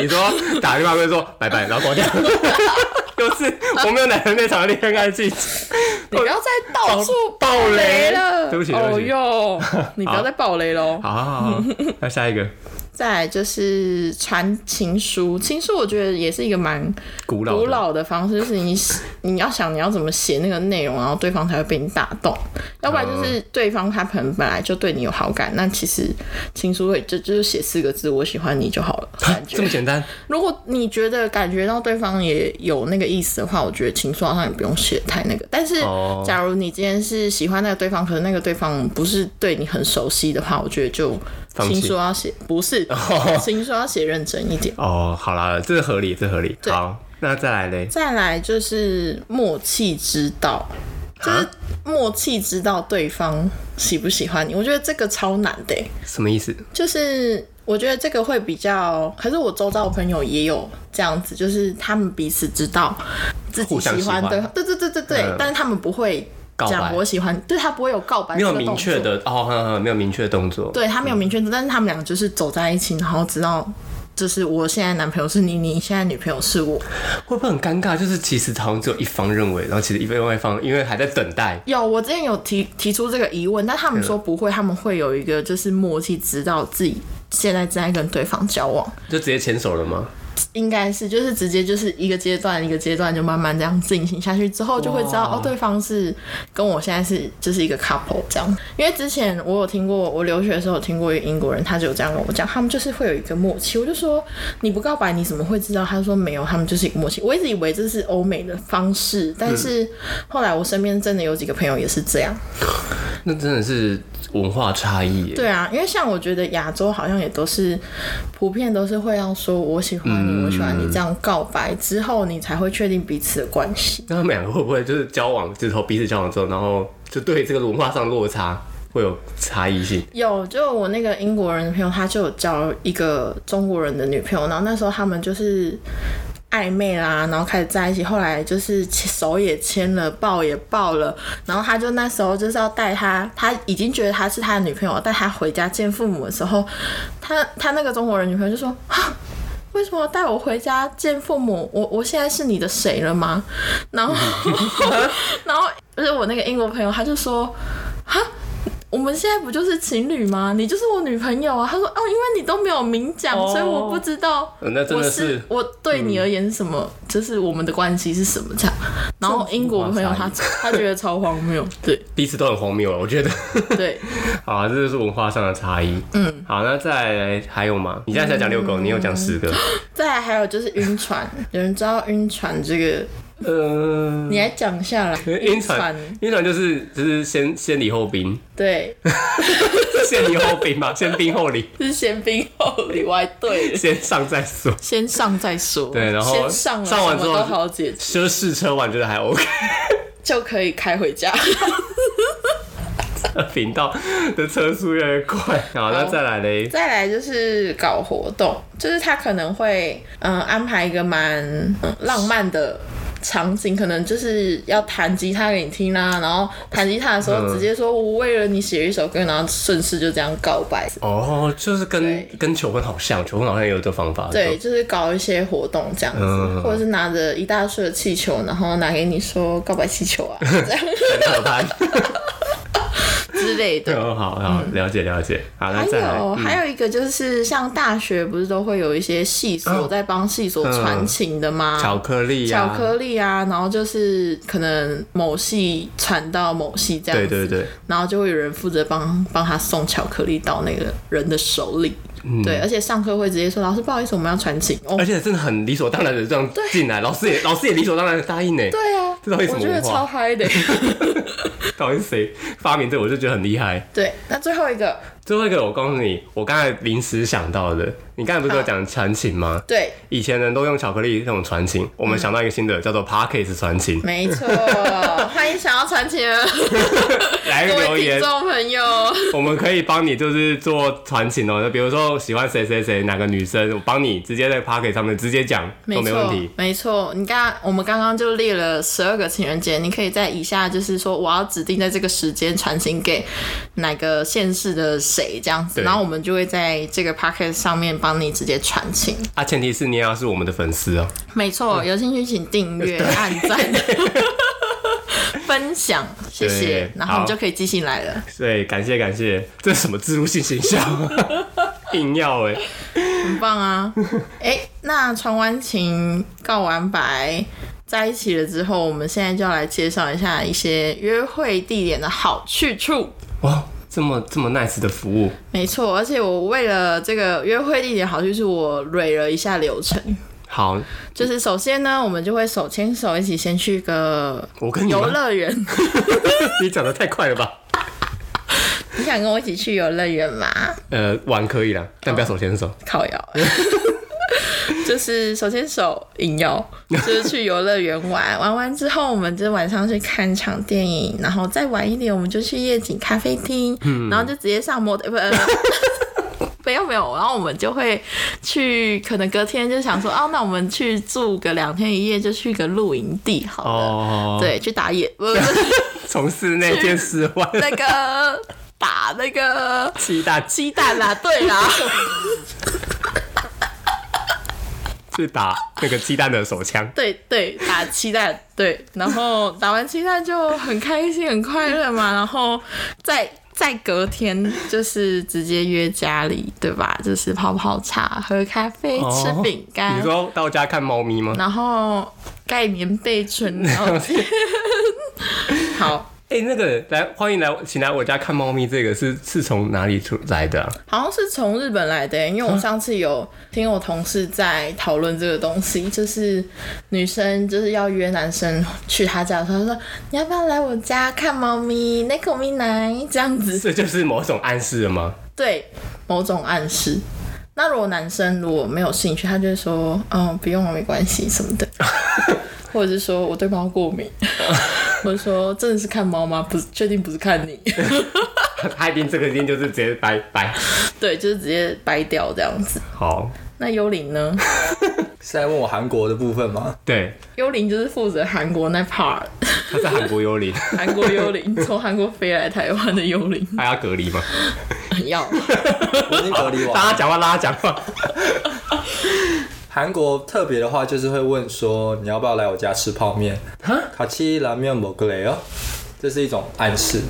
Speaker 1: 你说打电话会说拜拜，然后挂掉，就是我没有男人那场恋爱剧情。
Speaker 2: 你不要再到处
Speaker 1: 爆雷
Speaker 2: 了，
Speaker 1: 对不起对不
Speaker 2: 哦
Speaker 1: 起
Speaker 2: 哟，你不要再爆雷喽。
Speaker 1: 好好好，那下一个
Speaker 2: 再来就是传情书，情书我觉得也是一个蛮
Speaker 1: 古老
Speaker 2: 古
Speaker 1: 的
Speaker 2: 老的方式，就是你写你要想你要怎么写那个内容，然后对方才会被你打动，要不然就是对方他可能本来就对你有好感，那其实情书会就就是写四个字“我喜欢你”就好了，感
Speaker 1: 这
Speaker 2: 觉
Speaker 1: 么。简单，
Speaker 2: 如果你觉得感觉到对方也有那个意思的话，我觉得情书好像也不用写太那个。但是
Speaker 1: 哦，
Speaker 2: 假如你今天是喜欢那个对方，可是那个对方不是对你很熟悉的话，我觉得就
Speaker 1: 放弃
Speaker 2: 情书要写不是情书要写认真一点。
Speaker 1: 哦，好啦，这合理，这合理。好，那再来嘞，
Speaker 2: 再来就是默契之道，
Speaker 1: 啊
Speaker 2: 就是默契知道对方喜不喜欢你，我觉得这个超难的欸、
Speaker 1: 什么意思？
Speaker 2: 就是我觉得这个会比较，可是我周遭的朋友也有这样子，就是他们彼此知道自己
Speaker 1: 互相
Speaker 2: 喜欢
Speaker 1: 喜
Speaker 2: 对
Speaker 1: 欢
Speaker 2: 方，对对对对对，
Speaker 1: 嗯
Speaker 2: 但是他们不会
Speaker 1: 告白
Speaker 2: 讲我喜欢，对他不会有告白，
Speaker 1: 没有明确，的嗯哦，呵呵没有明确的动作。
Speaker 2: 对他没有明确的，但是他们两个就是走在一起，然后知道。就是我现在男朋友是你，你现在女朋友是我。
Speaker 1: 会不会很尴尬？就是其实好像只有一方认为，然后其实另外一方因为还在等待，
Speaker 2: 有，我之前有提提出这个疑问，但他们
Speaker 1: 嗯
Speaker 2: 说不会，他们会有一个就是默契，知道自己现在正在跟对方交往。
Speaker 1: 就直接牵手了吗？
Speaker 2: 应该是就是直接就是一个阶段一个阶段就慢慢这样进行下去之后，就会知道
Speaker 1: 哇
Speaker 2: 哦，对方是跟我现在是就是一个 couple 这样。因为之前我有听过，我留学的时候有听过一个英国人，他就有这样跟我讲，他们就是会有一个默契。我就说你不告白你怎么会知道？他说没有，他们就是一个默契。我一直以为这是欧美的方式，但是后来我身边真的有几个朋友也是这样。
Speaker 1: 那真的是文化差异耶。
Speaker 2: 对啊，因为像我觉得亚洲好像也都是普遍都是会要说我喜欢你，我喜欢你这样告白之后，你才会确定彼此的关系。
Speaker 1: 那他们两个会不会就是交往之后，彼此交往之后，然后就对这个文化上落差会有差异性？
Speaker 2: 有，就我那个英国人的朋友，他就有交一个中国人的女朋友，然后那时候他们就是。暧昧啦，然后开始在一起，后来就是手也牵了，抱也抱了，然后他就那时候就是要带他，他已经觉得他是他的女朋友，带他回家见父母的时候，他他那个中国人女朋友就说：“ [LAUGHS] 啊，为什么要带我回家见父母？我我现在是你的谁了吗？ [LAUGHS] 然后然后就是我那个英国朋友，他就说，哈。我们现在不就是情侣吗？你就是我女朋友啊。他说哦，因为你都没有明讲，
Speaker 1: 哦
Speaker 2: 所以我不知道
Speaker 1: 呃那真
Speaker 2: 我
Speaker 1: 的
Speaker 2: 是
Speaker 1: 是嗯
Speaker 2: 我对你而言是什么，就是我们的关系是什么这样。然后英国朋友他 [LAUGHS] 他觉得超
Speaker 1: [LAUGHS]
Speaker 2: 荒谬，对
Speaker 1: 彼此都很荒谬了，我觉得。
Speaker 2: 对，
Speaker 1: [LAUGHS] 好、啊，这就是文化上的差异。嗯，好，那再来还有吗？你现在才讲遛狗，你有讲十个。
Speaker 2: 再来还有就是晕船，有人知道晕船这个，
Speaker 1: 呃，
Speaker 2: 你来讲一下来。
Speaker 1: 晕船，晕船就是就是先先礼后兵，
Speaker 2: 对，
Speaker 1: 先礼后兵吧，先兵后礼，
Speaker 2: 是先兵后礼，我还对了，
Speaker 1: 先上再说。
Speaker 2: 先上再说。
Speaker 1: 对然后
Speaker 2: 先上了，
Speaker 1: 上完之后
Speaker 2: 什么都好解决，
Speaker 1: 奢侈车完觉得还 OK，
Speaker 2: [LAUGHS] 就可以开回家。
Speaker 1: [LAUGHS] 频道的车速越来越快。好，那再来嘞，
Speaker 2: 再来就是搞活动，就是他可能会嗯、呃安排一个蛮、嗯浪漫的。场景可能就是要弹吉他给你听啦、然后弹吉他的时候
Speaker 1: 嗯
Speaker 2: 直接说“我为了你写一首歌”，然后顺势就这样告白。
Speaker 1: 哦，就是跟
Speaker 2: 对
Speaker 1: 跟求婚好像，求婚好像也有这方法。
Speaker 2: 对，，就是搞一些活动这样子，
Speaker 1: 嗯
Speaker 2: 或者是拿着一大束的气球，然后拿给你说告白气球啊这样
Speaker 1: 很可怕。
Speaker 2: [LAUGHS] 之类的。
Speaker 1: 哦，好好了解了解。好，那
Speaker 2: 嗯还
Speaker 1: 再来，嗯
Speaker 2: 有、还有一个就是，像大学不是都会有一些系所
Speaker 1: 哦
Speaker 2: 在帮系所传情的吗？
Speaker 1: 嗯巧克力呀，
Speaker 2: 巧克力啊，然后就是可能某系传到某系这样
Speaker 1: 对
Speaker 2: 子，
Speaker 1: 对对，
Speaker 2: 然后就会有人负责帮帮他送巧克力到那个人的手里。
Speaker 1: 嗯
Speaker 2: 对，而且上课会直接说老师不好意思，我们要传情哦
Speaker 1: 而。且真的很理所当然的这样进来，老师也老师也理所当然的答应呢。
Speaker 2: 对啊，
Speaker 1: 这到底什
Speaker 2: 我
Speaker 1: 么
Speaker 2: 觉得
Speaker 1: 文化
Speaker 2: 超嗨的。 [LAUGHS]
Speaker 1: 到底是谁发明这个，我就觉得很厉害。
Speaker 2: 对，那最后一个，
Speaker 1: 最后一个，我告诉你，我刚才临时想到的，你刚才不是有讲传情吗？
Speaker 2: 对，
Speaker 1: 以前人都用巧克力这种传情，我
Speaker 2: 嗯
Speaker 1: 们想到一个新的，叫做 Parkes 传
Speaker 2: [LAUGHS]
Speaker 1: 情。
Speaker 2: 没
Speaker 1: [LAUGHS]
Speaker 2: 错，欢迎想要传情的
Speaker 1: 来
Speaker 2: 各
Speaker 1: 留
Speaker 2: 位听
Speaker 1: 言，
Speaker 2: 众朋友。
Speaker 1: 我们可以帮你就是做传情哦。就比如说喜欢谁谁谁哪个女生，我帮你直接在 Parkes 上面直接讲
Speaker 2: 没
Speaker 1: 都没问
Speaker 2: 错
Speaker 1: 题，。
Speaker 2: 没错。你刚我们刚刚就列了十二个情人节，你可以在以下就是说，我要指定在这个时间传情给哪个县市的谁这样子，
Speaker 1: 对
Speaker 2: 然后我们就会在这个 p o c k e t 上面帮你直接传情。
Speaker 1: 啊，前提是你也要是我们的粉丝哦。
Speaker 2: 没错，有兴趣请订阅、按
Speaker 1: [LAUGHS]
Speaker 2: 赞、 [LAUGHS] 分享，谢谢
Speaker 1: 对，
Speaker 2: 然后
Speaker 1: 好
Speaker 2: 你就可以寄信来了。
Speaker 1: 所以感谢感谢，这是什么自入性形
Speaker 2: [LAUGHS]
Speaker 1: 象？硬要哎、
Speaker 2: 很棒啊！哎、那传完情告完白，在一起了之后，我们现在就要来介绍一下一些约会地点的好去处。
Speaker 1: 哇，这么这么 nice 的服务，
Speaker 2: 没错，而且我为了这个约会地点好去处，我蕊了一下流程。
Speaker 1: 好，
Speaker 2: 就是首先呢，我们就会手牵手一起先去个
Speaker 1: 我跟你
Speaker 2: 游
Speaker 1: 们，
Speaker 2: 乐园。
Speaker 1: [LAUGHS] 你讲的太快了吧？
Speaker 2: [LAUGHS] 你想跟我一起去游乐园吗？
Speaker 1: 呃，玩可以啦，但不要手牵手。
Speaker 2: 靠摇， [LAUGHS] 就是手牵手引诱，就是去游乐园玩，玩完之后我们就晚上去看场电影，然后再晚一点我们就去夜景咖啡厅，然后就直接上摩的不。呃 [LAUGHS] 没有没有，然后我们就会去，可能隔天就想说，哦，那我们去住个两天一夜，就去个露营地好了，
Speaker 1: 哦，，
Speaker 2: 对，去打野，不是不是
Speaker 1: 从事那件事
Speaker 2: [LAUGHS]
Speaker 1: 外，
Speaker 2: 那个打那个
Speaker 1: 七大鸡
Speaker 2: 鸡蛋啦，对啦。
Speaker 1: 去打那个鸡蛋的手枪。
Speaker 2: 对对，打鸡蛋，对，然后打完鸡蛋就很开心很快乐嘛，然后再在隔天就是直接约家里，对吧？就是泡泡茶、喝咖啡、吃
Speaker 1: 哦
Speaker 2: 饼干
Speaker 1: 你，说到家看猫咪吗？
Speaker 2: 然后盖棉被、
Speaker 1: [LAUGHS]
Speaker 2: 纯聊天。好，
Speaker 1: 哎、那个来，欢迎来，请来我家看猫咪，这个是是从哪里出来的、啊？ [LAUGHS]
Speaker 2: 好像是从日本来的欸、因为
Speaker 1: 嗯
Speaker 2: 我上次有听我同事在讨论这个东西，就是女生就是要约男生去他家的时候，她说你要不要来我家看猫咪，那口咪来这样子，
Speaker 1: 这就是某种暗示了吗？
Speaker 2: 对，某种暗示。那如果男生如果没有兴趣，他就会说嗯不用了，没关系
Speaker 1: [LAUGHS]
Speaker 2: 什么的，或者是说我对猫过敏， [LAUGHS] 或者说真的是看猫吗？不是，确定不是
Speaker 1: [LAUGHS]
Speaker 2: 看你，
Speaker 1: 他一定这个一定就是直接拜拜。
Speaker 2: 对，就是直接掰掉这样子。
Speaker 1: 好，
Speaker 2: 那幽灵呢？
Speaker 3: 是在问我韩国的部分吗？
Speaker 1: 对，
Speaker 2: 幽灵就是负责韩国那 part，
Speaker 1: 他是韩国幽灵，
Speaker 2: 韩国
Speaker 1: [LAUGHS]
Speaker 2: 幽灵从韩国飞来台湾的幽灵，
Speaker 1: 还要隔离吗？
Speaker 2: 要
Speaker 3: [LAUGHS] 我已经隔离完了。
Speaker 1: 大家讲话，大家讲话。
Speaker 3: [LAUGHS] 韩国特别的话，就是会问说你要不要来我家吃泡面？卡其拉面某个雷哦，这是一种暗示，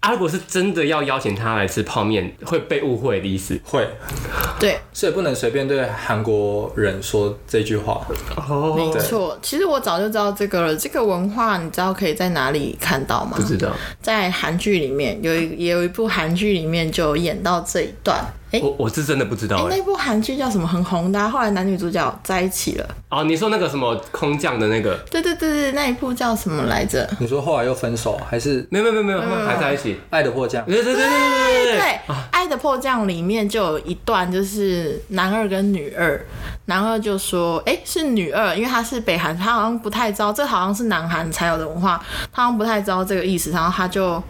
Speaker 1: 啊，如果是真的要邀请他来吃泡面，会被误会的意思。
Speaker 3: 会，
Speaker 1: 哦
Speaker 2: 对，
Speaker 3: 所以不能随便对韩国人说这句话。
Speaker 1: 哦，
Speaker 2: 没错。其实我早就知道这个了，这个文化你知道可以在哪里看到吗
Speaker 1: 不？知道，
Speaker 2: 在韩剧里面有一也有一部韩剧里面就有演到这一段，哎、
Speaker 1: 我我是真的不知道
Speaker 2: 诶
Speaker 1: 哎、
Speaker 2: 那部韩剧叫什么？很红的啊、后来男女主角在一起了。
Speaker 1: 哦，你说那个什么空降的那个，
Speaker 2: 对对对对，那一部叫什么来着？
Speaker 3: 你说后来又分手，还是
Speaker 1: 没有没有没有没有，他们还在一起。
Speaker 3: 爱的迫降？
Speaker 1: 对对对对对对
Speaker 2: 对，啊
Speaker 1: 对。
Speaker 2: 《爱的迫降》里面就有一段，就是男二跟女二，男二就说：“哎、是女二，因为她是北韩，她好像不太知道，这好像是南韩才有的文化，她好像不太知道这个意思。”然后她就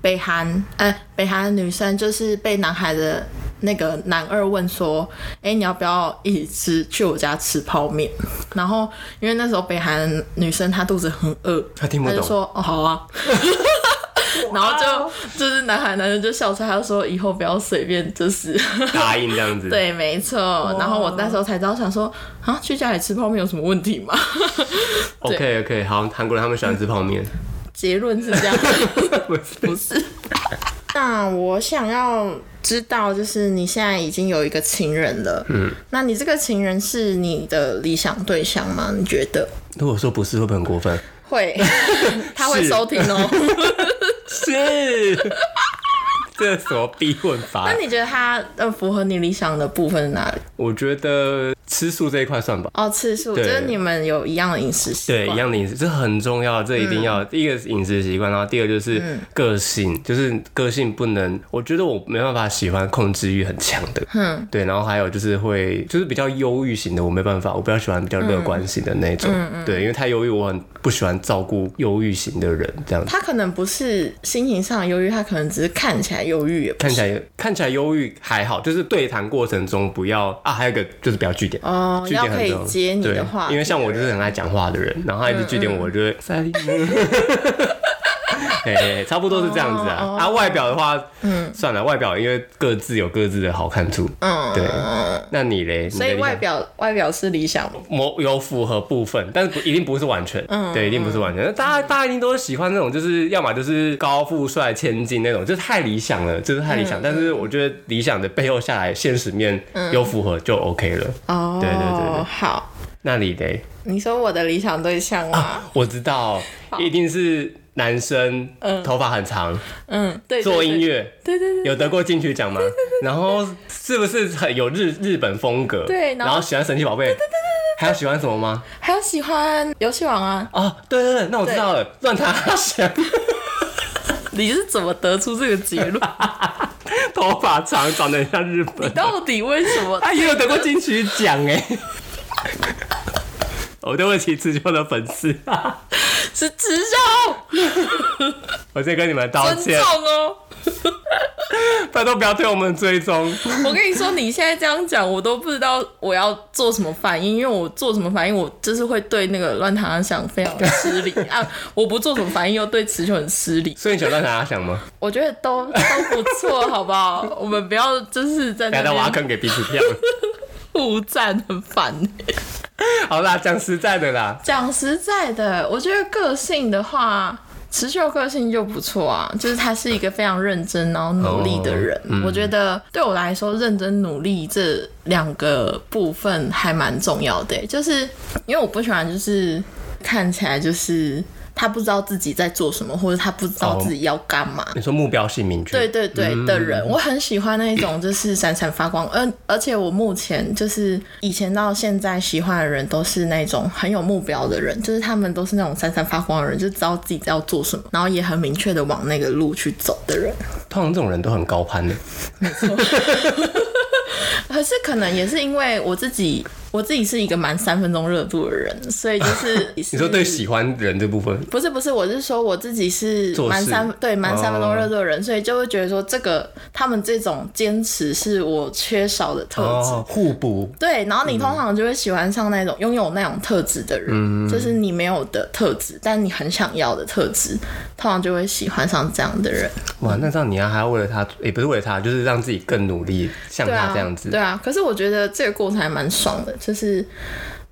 Speaker 2: 北韩，呃，北韩的女生就是被男孩的那个男二问说：“哎、你要不要一起吃去我家吃泡面？”然后因为那时候北韩的女生她肚子很饿，
Speaker 1: 她听不懂
Speaker 2: 她就说：“哦，好啊。”然后就就是男孩男生就笑出来，他说以后不要随便就是
Speaker 1: [LAUGHS] 答应这样子。，
Speaker 2: 对，没错。然后我那时候才知道，想说啊，去家里吃泡面有什么问题吗？
Speaker 1: ，OK OK，好，韩国人他们喜欢吃泡面， [LAUGHS]
Speaker 2: 结论是这样，
Speaker 1: 不是
Speaker 2: 不是。 [LAUGHS] 那我想要知道，就是你现在已经有一个情人了，嗯，那你这个情人是你的理想对象吗？你觉得
Speaker 1: 如果说不是，会不会很过分？ [LAUGHS]
Speaker 2: 会？他会收听哦。
Speaker 1: 是， [LAUGHS] 这什么逼问法
Speaker 2: 那？你觉得他呃符合你理想的部分是哪里？
Speaker 1: 我觉得吃素这一块算吧。
Speaker 2: 哦，次数，就
Speaker 1: 对
Speaker 2: 是你们有一样的饮食习
Speaker 1: 对，
Speaker 2: 惯
Speaker 1: 一。样的饮食，这很重要，这一定要。
Speaker 2: 嗯
Speaker 1: 第一个是饮食习惯，然后第二个就是个性，就是个性不能，我觉得我没办法喜欢控制欲很强的，嗯，对，然后还有就是会，就是比较忧郁型的，我没办法，我比较喜欢比较乐观型的那种，
Speaker 2: 嗯
Speaker 1: 对，因为太忧郁，我很不喜欢照顾忧郁型的人，这样子。
Speaker 2: 他可能不是心情上的忧郁，他可能只是看起来忧郁，也不
Speaker 1: 看起来看起来忧郁还好，就是对谈过程中不要啊，还有一个就是不要据点
Speaker 2: 哦
Speaker 1: 据点
Speaker 2: 要可
Speaker 1: 很
Speaker 2: 以
Speaker 1: 重
Speaker 2: 接你的
Speaker 1: 对
Speaker 2: 话嗯
Speaker 1: 因为像我就是很爱讲话的人，然后他一直据点我，我就会塞利呢。 [LAUGHS] 哎、差不多是这样子啊。
Speaker 2: 哦
Speaker 1: 啊，外表的话，嗯，算了，外表因为各自有各自的好看处，
Speaker 2: 嗯，
Speaker 1: 对。那你嘞？
Speaker 2: 所以外表外表是理想吗，
Speaker 1: 某有符合部分，但是不一定不是完全，
Speaker 2: 嗯
Speaker 1: 对，一定不是完全。大家大家一定都是喜欢那种，就是要么就是高富帅千金那种，就是太理想了，就是太理
Speaker 2: 嗯
Speaker 1: 想。但是我觉得理想的背后下来，现实面有符合就 OK 了。
Speaker 2: 哦，
Speaker 1: 对对对对
Speaker 2: 好，
Speaker 1: 那你嘞？
Speaker 2: 你说我的理想对象啊吗？
Speaker 1: 我知道，一定是男生，头发很长，
Speaker 2: 嗯，对，
Speaker 1: 做
Speaker 2: 对
Speaker 1: 音，乐，
Speaker 2: 对对对
Speaker 1: 有得过金曲奖吗？ [LAUGHS] 然后是不是很有日日本风格？
Speaker 2: 对然
Speaker 1: 然
Speaker 2: 后
Speaker 1: 后喜欢神奇宝贝，还有喜欢什么吗？
Speaker 2: 对，还有喜欢游戏王啊，
Speaker 1: 哦，对对对，那我知道了，乱 [LAUGHS] 他想。
Speaker 2: 你是怎么得出这个结
Speaker 1: [LAUGHS]
Speaker 2: 论？
Speaker 1: 头发长，长得很像日
Speaker 2: [LAUGHS]
Speaker 1: 本。
Speaker 2: 到底为什么？
Speaker 1: 他也有得过金曲奖
Speaker 2: 欸
Speaker 1: 哎。 [LAUGHS] 我对不起，自救的粉丝， [LAUGHS]
Speaker 2: 是直销，
Speaker 1: 我先跟你们道
Speaker 2: 尊
Speaker 1: 歉，
Speaker 2: 重哦。
Speaker 1: 拜托不要对我们追踪。
Speaker 2: [LAUGHS] 我跟你说，你现在这样讲，我都不知道我要做什么反应，因为我做什么反应，我就是会对那个乱弹阿翔非常的失礼 [LAUGHS] 啊！我不做什么反应，又对词就很失礼。
Speaker 1: 所以你想让大家想
Speaker 2: [LAUGHS]
Speaker 1: 吗？
Speaker 2: 我觉得都都不错，好不好？我们不要就是在
Speaker 1: 大
Speaker 2: 那
Speaker 1: 家挖
Speaker 2: 边
Speaker 1: 坑给彼此
Speaker 2: [LAUGHS]
Speaker 1: 跳。
Speaker 2: 互赞，很烦。
Speaker 1: 好啦，讲实在的啦，
Speaker 2: 讲实在的，我觉得个性的话，持秀个性就不错啊，就是他是一个非常认真然后努力的人。我觉得对我来说，认真努力这两个部分还蛮重要的欸、就是因为我不喜欢就是看起来就是他不知道自己在做什么，或者他不知道自己要干嘛。
Speaker 1: 你说目标性明确，
Speaker 2: 对对对
Speaker 1: 嗯
Speaker 2: 的人，我很喜欢那一种就是闪闪发光，而而且我目前就是以前到现在喜欢的人都是那种很有目标的人，就是他们都是那种闪闪发光的人，就知道自己要做什么，然后也很明确的往那个路去走的人。
Speaker 1: 通常这种人都很高攀的。
Speaker 2: 可是可能也是因为我自己，我自己是一个蛮三分钟热度的人，所以就是
Speaker 1: [LAUGHS]
Speaker 2: 你
Speaker 1: 你说对喜欢人这部分，
Speaker 2: 不是不是，我是说我自己是
Speaker 1: 做事哦
Speaker 2: 蛮三对蛮三分钟热度的人，所以就会觉得说这个他们这种坚持是我缺少的特质。
Speaker 1: 哦，互补，
Speaker 2: 嗯对，然后
Speaker 1: 嗯
Speaker 2: 你通常就会喜欢上那种拥有那种特质的人，
Speaker 1: 嗯
Speaker 2: 就是你没有的特质，但你很想要的特质，通常就会喜欢上这样的人。
Speaker 1: 哇，那这样你要还要为了他，也、不是为了他，就是让自己更努力，像
Speaker 2: 对
Speaker 1: 他
Speaker 2: 啊，
Speaker 1: 这样子。
Speaker 2: 对啊，可是我觉得这个过程还蛮爽的，就是。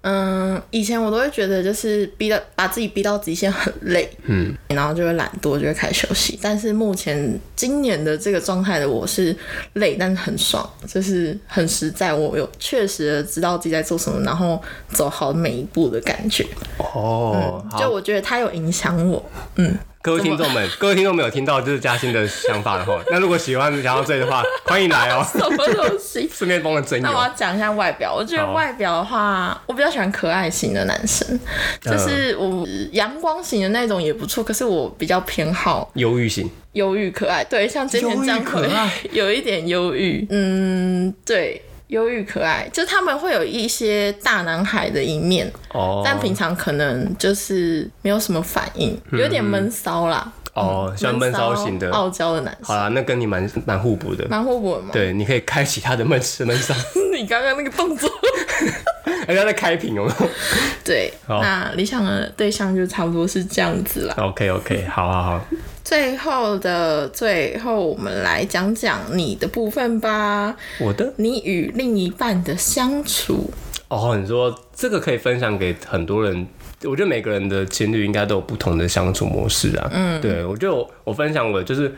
Speaker 2: 嗯，以前我都会觉得就是逼到把自己逼到极限很累，嗯，然后就会懒惰，就会开始休息。但是目前今年的这个状态的我是累，但是很爽，就是很实在。我有确实地知道自己在做什么，然后走好每一步的感觉。
Speaker 1: 哦，好
Speaker 2: 嗯就我觉得他有影响
Speaker 1: [LAUGHS]
Speaker 2: 我，
Speaker 1: 各位听众们，各位听众们有听到就是嘉欣的想法的话，那如果喜欢想要追 [LAUGHS] 的话，欢迎来哦，
Speaker 2: 什么东西？
Speaker 1: 顺便帮我增
Speaker 2: 那我要
Speaker 1: 友。
Speaker 2: 讲一下外表，我觉
Speaker 1: 好嗯
Speaker 2: 得外表的话，我比较喜欢可爱型的男生，就是我阳光型的那种也不错，可是我比较偏好
Speaker 1: 忧郁型，
Speaker 2: 忧郁可爱，对，像今天这样
Speaker 1: 忧郁可爱
Speaker 2: [LAUGHS] 有一点忧郁，嗯，对。忧郁可爱，就是他们会有一些大男孩的一面，
Speaker 1: 哦，
Speaker 2: 但平常可能就是没有什么反应，有点闷骚啦，
Speaker 1: 嗯哦，像闷骚嗯型的。
Speaker 2: 傲娇的男
Speaker 1: 好
Speaker 2: 生，
Speaker 1: 啦，那跟你蛮蛮互补的。
Speaker 2: 蛮互补的嘛。
Speaker 1: 对，你可以开启他的闷闷骚，
Speaker 2: [LAUGHS] 你刚刚那个动作。
Speaker 1: 而且他在开屏 [LAUGHS] 哦。
Speaker 2: 对，
Speaker 1: 好
Speaker 2: 那理想的对象就差不多是这样子啦。
Speaker 1: OK OK，好好好，
Speaker 2: 最后的最后，我们来讲讲你的部分吧。
Speaker 1: 我的
Speaker 2: 你与另一半的相处，
Speaker 1: 哦，你说这个可以分享给很多人。我觉得每个人的情侣应该都有不同的相处模式啊。嗯，对，我就我我分享我就是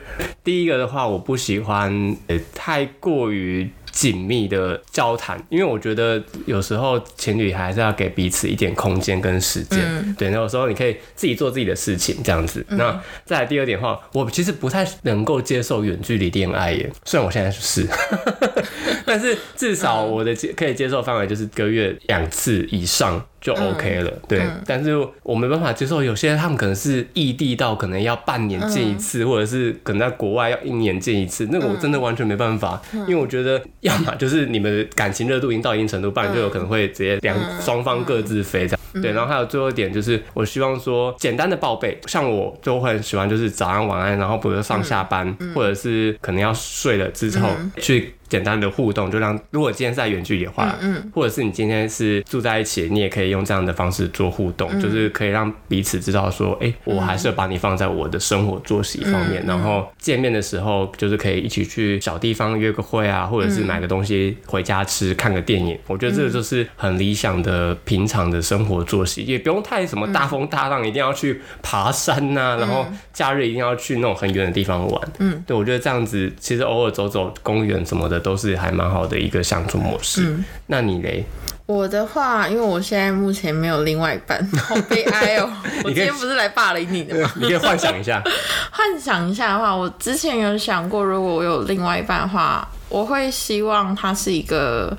Speaker 1: 第一个的话，我不喜欢呃太过于紧密的交谈，因为我觉得有时候情侣还是要给彼此一点空间跟时间。对，那有时候你可以自己做自己的事情这样子。那再来第二点的话，我其实不太能够接受远距离恋爱耶，虽然我现在是。 [LAUGHS] 但是至少我的接可以接受范围就是一个月两次以上就 OK 了，对。但是我没办法接受有些人他们可能是异地到可能要半年见一次，或者是可能在国外要一年见一次，那个我真的完全没办法，因为我觉得要么就是你们的感情热度已经到一定程度，不然就有可能会直接两双方各自飞这样。对，然后还有最后一点就是，我希望说简单的报备，像我就会很喜欢就是早安晚安，然后比如说上下班，或者是可能要睡了之后、去简单的互动，就让如果今天是在远距离的话，嗯或者是你今天是住在一起，你也可以用这样的方式做互动，就是可以让彼此知道说，哎、我还是把你放在我的生活作息方面，然后见面的时候就是可以一起去小地方约个会啊，或者是买个东西回家吃，看个电影。我觉得这个就是很理想的平常的生活作息，也不用太什么大风大浪，一定要去爬山呐、然后假日一定要去那种很远的地方玩。嗯，对我觉得这样子，其实偶尔走走公园什么的，都是还蛮好的一个相处模式。那你嘞？
Speaker 2: 我的话，因为我现在目前没有另外一半，好悲哀 [LAUGHS] 哦。我
Speaker 1: 你可以
Speaker 2: 今天不是来霸凌你的吗？
Speaker 1: 你可以幻想一 [LAUGHS] 下，
Speaker 2: 幻想一下的话，我之前有想过，如果我有另外一半的话，我会希望他是一个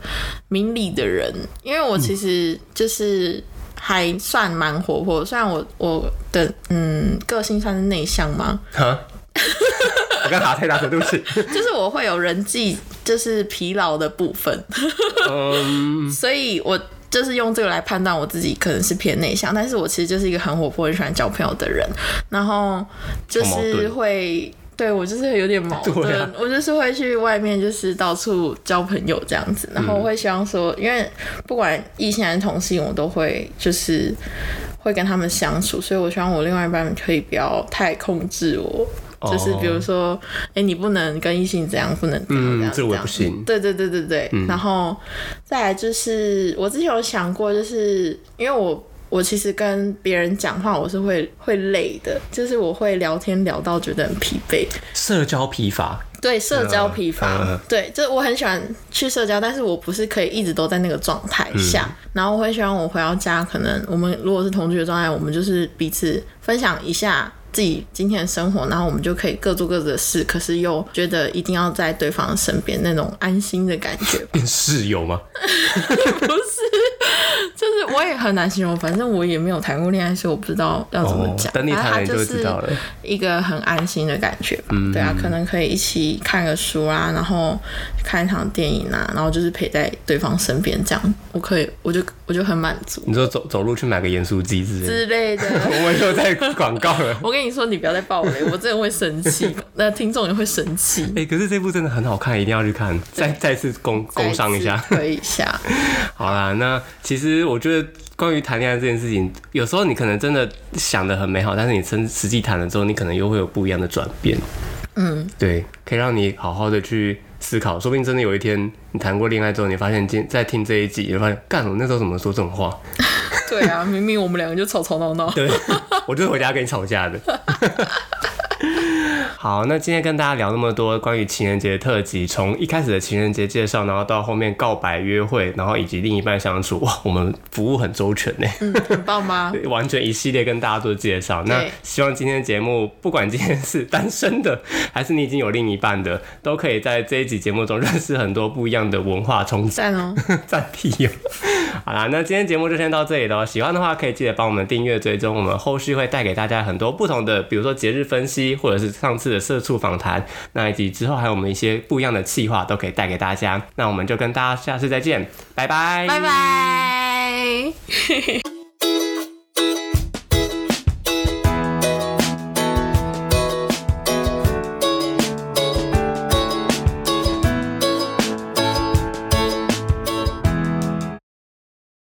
Speaker 2: 明理的人，因为我其实就是还算蛮活泼，虽然我我的嗯个性算是内向嘛， [LAUGHS]
Speaker 1: 哈，我刚打太大声，对不起。
Speaker 2: 就是我会有人际就是疲劳的部分， [LAUGHS]
Speaker 1: 嗯，
Speaker 2: 所以我。就是用这个来判断我自己可能是偏内向，但是我其实就是一个很活泼、很喜欢交朋友的人，然后就
Speaker 1: 好矛
Speaker 2: 是
Speaker 1: 盾哦
Speaker 2: 会对我就是有点矛盾，
Speaker 1: [LAUGHS] 对啊
Speaker 2: 我就是会去外面就是到处交朋友这样子，然后我会希望说，因为不管异性还是同性，我都会就是会跟他们相处，所以我希望我另外一半可以不要太控制我。
Speaker 1: 哦
Speaker 2: 就是比如说，哎、你不能跟异性怎样，不能怎样
Speaker 1: 嗯
Speaker 2: 怎样，
Speaker 1: 这我也
Speaker 2: 样
Speaker 1: 不嗯行
Speaker 2: 对对对对对，然后再来就是我之前有想过，就是因为我我其实跟别人讲话，我是会会累的，就是我会聊天聊到觉得很疲惫。
Speaker 1: 社交疲乏，
Speaker 2: 对，社交疲乏，
Speaker 1: 嗯嗯
Speaker 2: 对，就是我很喜欢去社交，但是我不是可以一直都在那个状
Speaker 1: 嗯
Speaker 2: 态下。然后我会希望我回到家，可能我们如果是同居的状态，我们就是彼此分享一下。自己今天的生活，然后我们就可以各做各自的事，可是又觉得一定要在对方身边那种安心的感觉
Speaker 1: 变室友吗？
Speaker 2: 就是 [LAUGHS] 我也很难形容，反正我也没有谈过恋爱，所以我不知道要怎么讲。
Speaker 1: 哦等你谈了
Speaker 2: 反正它
Speaker 1: 你就知道了嗯
Speaker 2: 是一个很安心的感觉吧。对啊，可能可以一起看个书啊，然后看一场电影啊，然后就是陪在对方身边，这样我可以，我就我就很满足
Speaker 1: 你说走走路去买个盐酥鸡之类的，
Speaker 2: 之类的。
Speaker 1: [LAUGHS] 我们又在广告了。
Speaker 2: 我跟你说，你不要再爆雷，我真的会生气，那听众也会生气。
Speaker 1: [LAUGHS] 哎、可是这部真的很好看，一定要去看，再再次工工商一 [LAUGHS] 下。
Speaker 2: 推一下。
Speaker 1: [LAUGHS] 好啦，那其实我觉得关于谈恋爱这件事情，有时候你可能真的想的很美好，但是你真实际谈了之后，你可能又会有不一样的转变。嗯，对，可以让你好好的去思考，说不定真的有一天你谈过恋爱之后，你发现你今在听这一集，你会发现，干，我那时候怎么说这种话？
Speaker 2: 对啊，明明我们两个就吵吵闹闹。
Speaker 1: 对， [LAUGHS] 我就是回家跟你吵架的。 [LAUGHS] 好，那今天跟大家聊那么多关于情人节的特辑，从一开始的情人节介绍，然后到后面告白、约会，然后以及另一半相处，哇，我们服务很周全呢。
Speaker 2: 嗯，很棒吗？
Speaker 1: [LAUGHS] 完全一系列跟大家做介绍。那希望今天的节目，不管今天是单身的，还是你已经有另一半的，都可以在这一集节目中认识很多不一样的文化冲击。[LAUGHS]
Speaker 2: 赞哦，
Speaker 1: 暂停哟。好啦，那今天节目就先到这里喽。喜欢的话，可以记得帮我们订阅、追踪，我们后续会带给大家很多不同的，比如说节日分析，或者是上次的社畜访谈，那以及之后还有我们一些不一样的企划，都可以带给大家。那我们就跟大家下次再见，拜拜，
Speaker 2: 拜拜。